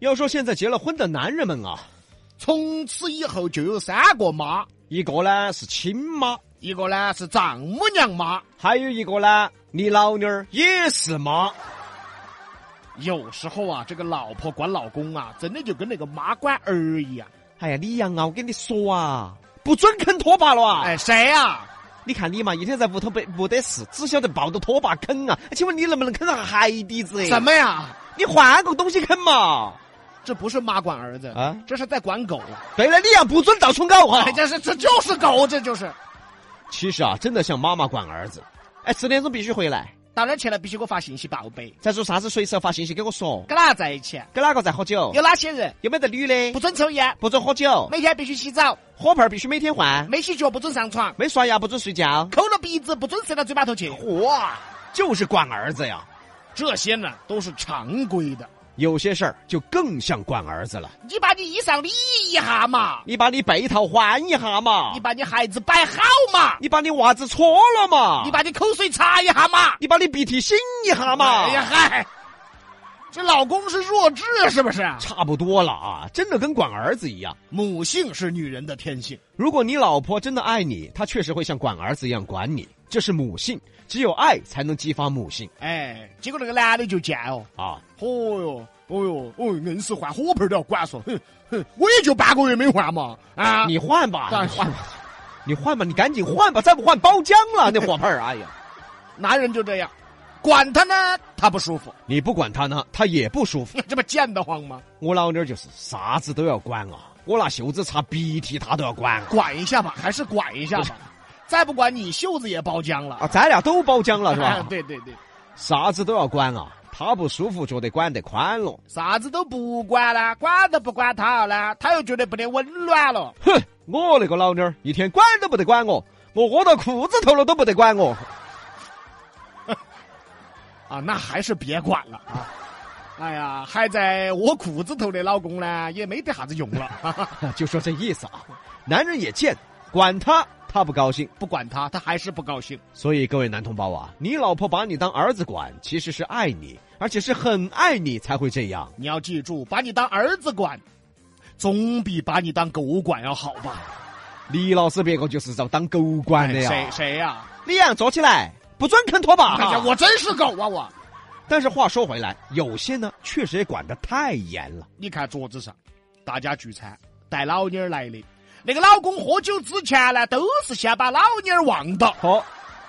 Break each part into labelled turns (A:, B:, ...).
A: 要说现在结了婚的男人们啊，
B: 从此以后就有三个妈，
A: 一个呢是亲妈，
B: 一个呢是丈母娘妈，
A: 还有一个呢，你老妞儿也是妈。
B: 有时候啊，这个老婆管老公啊，真的就跟那个妈管儿一样。
A: 哎呀，李阳啊，我跟你说啊，不准啃拖把了啊！
B: 哎，谁呀、
A: 你看你嘛，一天在屋头没没得事，只晓得抱着拖把啃啊。请问你能不能啃上海底子？
B: 什？么呀？
A: 你换个东西啃嘛！
B: 这不是妈管儿子
A: 啊
B: 这是在管狗。
A: 对了，你要不准到处咬啊
B: 哎，！这是这就是狗，这就是。
A: 其实啊，真的像妈妈管儿子。哎，十点钟必须回来，
B: 到那儿去了，必须给我发信息报备。
A: 再说啥子随时要发信息给我说。
B: 跟哪在一起？啊
A: 跟哪个在喝酒？
B: 有哪些人？
A: 有没得女的？
B: 不准抽烟，
A: 不准喝酒，
B: 每天必须洗澡，
A: 火盆儿必须每天换，
B: 没洗脚不准上床，
A: 没刷牙不准睡觉。
B: 抠了鼻子不准塞到嘴巴头去。
A: 哇，就是管儿子呀！
B: 这些呢都是常规的。
A: 有些事儿就更像管儿子了。
B: 你把你衣裳理一下嘛，
A: 你把你被套换一下嘛，
B: 你
A: 你
B: 把你孩子摆好嘛，
A: 你把你袜子搓了嘛，
B: 你把你口水擦一下嘛。
A: 你把你鼻涕擤一下啊嘛，
B: 哎呀嗨，这老公是弱智是不是？
A: 差不多了啊！真的跟管儿子一样。
B: 母性是女人的天性，
A: 如果你老婆真的爱你，她确实会像管儿子一样管你，这是母性，只有爱才能激发母性
B: 哎，结果那个男的就贱哦，
A: 啊！
B: 哦哟，哦哟，哦，硬是换火盆都要管说，哼哼，我也就半个月没换嘛，啊，
A: 你换吧，
B: 当然
A: 你换吧，你换吧，你赶紧换吧，再不换包浆了那火盆儿！哎呀，
B: 男人就这样，管他呢，他不舒服，
A: 你不管他呢，他也不舒服。
B: 这不贱得慌吗？
A: 我老妞儿就是啥子都要管啊，我拿袖子擦鼻涕，她都要管啊。
B: 管一下吧，还是管一下吧，再不管你袖子也包浆了，
A: 啊，咱俩都包浆了是
B: 哎
A: 吧？
B: 对对对，
A: 啥子都要管啊，他不舒服觉得管得宽了，
B: 啥子都不管啦，管都不管他啦，他又觉得不得温暖了。
A: 哼，我那个老妞儿一天管都不得管我，我窝到裤子头了都不得管我。
B: 啊，那还是别管了啊！哎呀，还在我裤子头的老公呢，也没得啥子用了，
A: 就说这意思啊，男人也贱，管他他不高兴。
B: 不管他，他还是不高兴。
A: 所以各位男同胞啊，你老婆把你当儿子管，其实是爱你，而且是很爱你才会这样。
B: 你要记住，把你当儿子管，总比把你当狗管要好吧？
A: 李老师别个就是遭当狗管的
B: 哎
A: 呀。
B: 谁谁呀、
A: 李阳坐起来，不准啃拖把。
B: 哎呀，我真是狗啊我！
A: 但是话说回来，有些呢确实也管得太严了。
B: 你看桌子上，大家聚餐，带老妞儿来的，那个老公喝酒之前呢，都是先把老妞儿忘到，
A: 喝，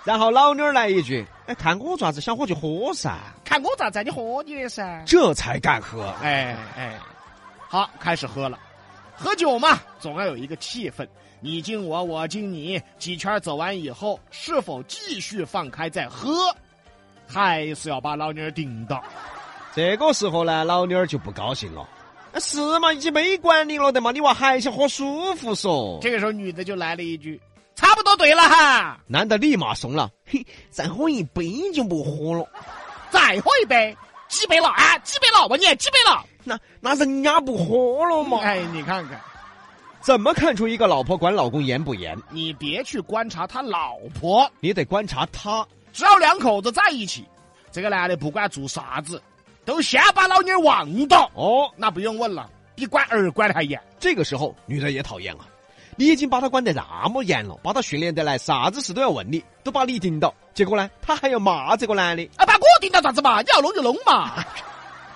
A: 然后老妞儿来一句：“哎，看我咋子，想喝就喝噻。
B: 看我咋子，你喝你的”噻。
A: 这才敢喝。
B: 哎哎，好，开始喝了。喝酒嘛，总要有一个气氛，你敬我，我敬你，几圈走完以后，是否继续放开再喝，还是要把老妞儿顶到？
A: 这个时候呢，老妞儿就不高兴了。哎是嘛，已经没管你了的嘛，你娃还想喝舒服嗦？
B: 这个时候，女的就来了一句：“差不多对了哈，
A: 男的立马怂了，嘿，再喝一杯就不喝了。
B: 再喝一杯，几杯了啊？几杯了？我念几杯了
A: 那那人家不喝了？”嘛？
B: 哎，你看看，
A: 怎么看出一个老婆管老公严不严？
B: 你别去观察他老婆，
A: 你得观察他。
B: 只要两口子在一起，这个男的不管做啥子，都先把老妞儿忘到。
A: 哦，
B: 那不用问了，比管儿管的还严。
A: 这个时候女的也讨厌了，你已经把她管得那么严了，把她训练得来啥子事都要问你，都把你顶到，结果呢，她还要骂这个男的，
B: 啊，把我顶到咋子嘛？你要弄就弄嘛。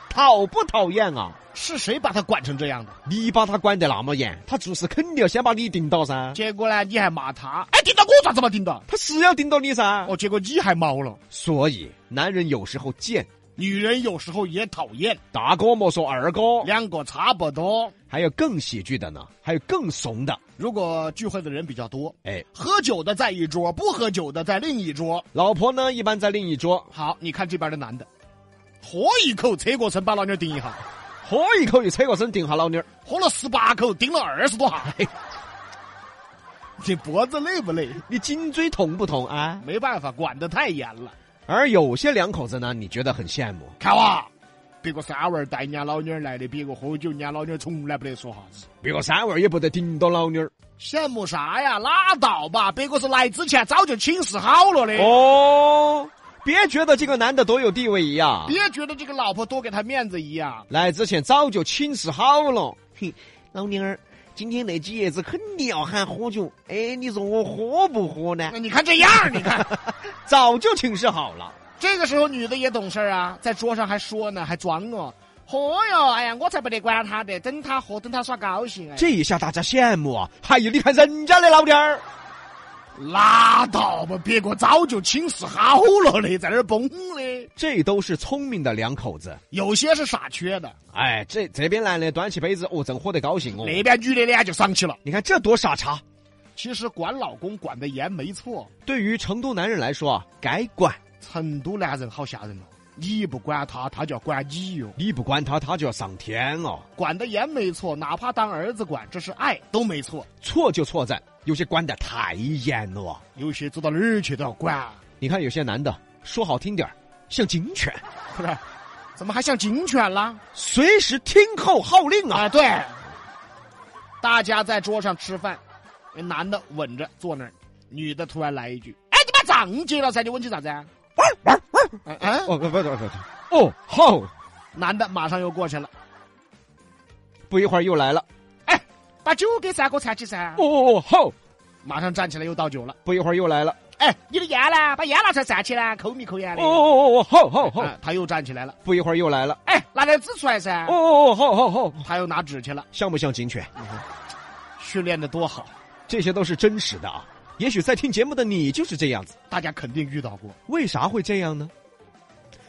A: 讨不讨厌啊？
B: 是谁把他管成这样的？
A: 你把她管得那么严，她做事肯定要先把你顶到噻，
B: 结果呢，你还骂他？哎，顶到我咋子嘛？顶到？
A: 她是要顶到你噻。
B: 哦，结果你还毛了。
A: 所以男人有时候贱，
B: 女人有时候也讨厌，
A: 大哥莫说二哥，
B: 两个差不多。
A: 还有更喜剧的呢，还有更怂的。
B: 如果聚会的人比较多，
A: 哎，
B: 喝酒的在一桌，不喝酒的在另一桌。
A: 老婆呢一般在另一桌，
B: 好，你看这边的男的，喝一口侧过身把老妞顶一下，
A: 喝一口就扯过身顶下老妞儿，
B: 喝了十八口，顶了二十多下。你脖子累不累？
A: 你颈椎痛不痛啊？
B: 没办法，管得太严了。
A: 而有些两口子呢，你觉得很羡慕，
B: 看哇，别个三娃儿带人家老妞儿来的，别个喝酒，人家老妞儿从来不得说啥子。
A: 别个三娃儿也不得顶到老妞儿。
B: 羡慕
A: 哎
B: 啥呀？拉倒吧，别个是来之前早就请示好了的。
A: 哦，别觉得这个男的多有地位一样，
B: 别觉得这个老婆多给他面子一样。
A: 来之前早就请示好了。嘿，老娘儿，今天那几爷子肯定要喊喝酒，哎，你说我喝不喝呢？
B: 那你看这样儿，你 看
A: 早就请示好了。
B: 这个时候女的也懂事儿啊，在桌上还说呢，还装哦，喝哟，哎呀，我才不得管他的，等他喝，等他耍高兴哎。
A: 这一下大家羡慕啊！还有，你看人家的老娘儿，
B: 拉倒吧，别个早就请示好了的，在那儿崩的。
A: 这都是聪明的两口子。
B: 有些是傻缺的，
A: 哎，这这边男的端起杯子，哦，正喝得高兴哦。
B: 那边女的脸就上去了。
A: 你看这多傻叉！
B: 其实管老公管得严没错，
A: 对于成都男人来说啊，该管。
B: 成都男人好吓人哦，你不管他，他就要管你哟。
A: 你不管他，他就要上天哦。
B: 管得严没错，哪怕当儿子管，这是爱都没错。
A: 错就错在有些管得太严了啊。
B: 有些走到哪儿去都要管，
A: 你看有些男的，说好听点儿，像警犬，
B: 是不是？怎么还像警犬啦？
A: 随时听候号令啊。
B: 啊，对。大家在桌上吃饭，男的稳着坐那儿，女的突然来一句：“哎，你把账结了噻，你问起啥子啊？”嗯嗯，
A: 哦哦，不不不不，哦，好，
B: 男的马上又过去了，
A: 不一会儿又来了。
B: 把酒给三哥掺起噻。
A: 哦哦哦，好，
B: 马上站起来又倒酒了。
A: 不一会儿又来了。
B: 哎，你的烟呢？把烟拿出来散起来，抠没抠烟
A: 哦
B: 的？
A: 哦哦哦，好好好，
B: 啊，他又站起来了。
A: 不一会儿又来了。
B: 哎，拿点纸出来噻。
A: 哦哦哦，好好好，
B: 他又拿纸去了。嗯
A: 像不像警犬？
B: 训练的多好，
A: 这些都是真实的啊。也许在听节目的你就是这样子。
B: 大家肯定遇到过。
A: 为啥会这样呢？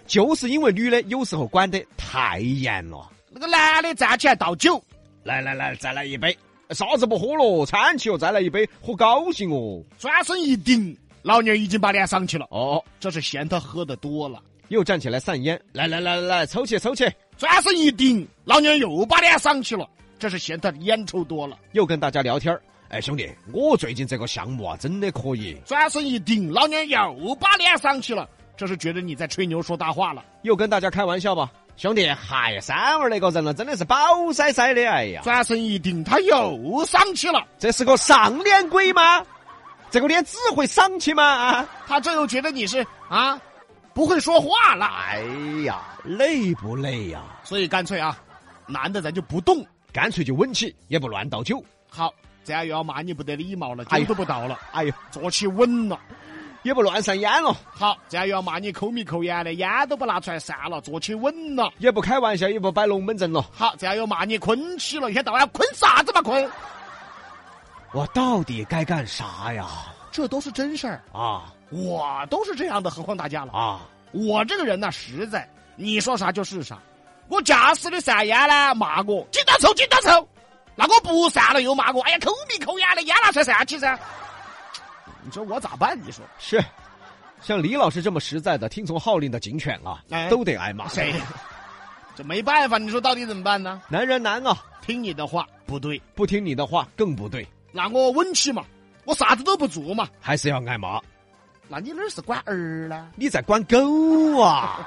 A: 就是因为女的有时候管得太严了。
B: 那个男的站起来倒酒，
A: 来来来，再来一杯。啥子不喝了？餐起哦，再来一杯，喝高兴哦。
B: 转身一顶，老娘已经把脸上去了。
A: 哦，
B: 这是嫌他喝的多了。
A: 又站起来散烟。来来来来来，抽起抽起。
B: 转身一顶，老娘又把脸上去了。这是嫌他烟抽多了。
A: 又跟大家聊天儿。哎，兄弟，我最近这个项目啊，真的可以。
B: 转身一顶，老娘又把脸上去了。这是觉得你在吹牛说大话了。
A: 又跟大家开玩笑吧，兄弟，嗨呀，三娃那个人了，真的是宝塞塞的。哎呀，
B: 转身一顶，他又上去了。
A: 这是个上脸鬼吗？这个脸只会上去吗？啊！
B: 他这又觉得你是啊，不会说话了。哎，
A: 哎呀，累不累呀、
B: 所以干脆啊，男的咱就不动。
A: 干脆就稳起，也不乱倒酒。
B: 好，这样又要骂你不得礼貌了，
A: 哎
B: 酒
A: 呀
B: 都不倒了，
A: 哎呀，
B: 坐起稳了。
A: 也不乱上烟了，
B: 好，这样又要骂你抠没抠眼了，烟都不拿出来散了，坐起稳了。
A: 也不开玩笑，也不摆龙门阵了。
B: 好，这样又骂你困起了，一天到晚困啥子嘛困？
A: 我到底该干啥呀？
B: 这都是真事儿，
A: 啊
B: 我都是这样的，何况大家了。
A: 啊！
B: 我这个人呢、实在，你说啥就是啥。我驾驶的散烟呢，骂我紧到抽，紧到抽。那我不散了又骂我，哎呀，抠没抠眼了，烟拿出来散起噻。你说我咋办？你说
A: 是，像李老师这么实在的、听从号令的警犬啊，
B: 哎
A: 都得挨骂。
B: 谁？这没办法，你说到底怎么办呢？
A: 男人难啊，
B: 听你的话不对，
A: 不听你的话更不对，
B: 那我稳起嘛，我啥子都不做嘛。
A: 还是要挨骂。
B: 那你哪是管儿呢？
A: 你在管狗啊？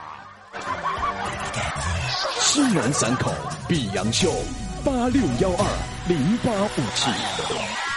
C: 西南三口碧阳秀八六幺二零八五七。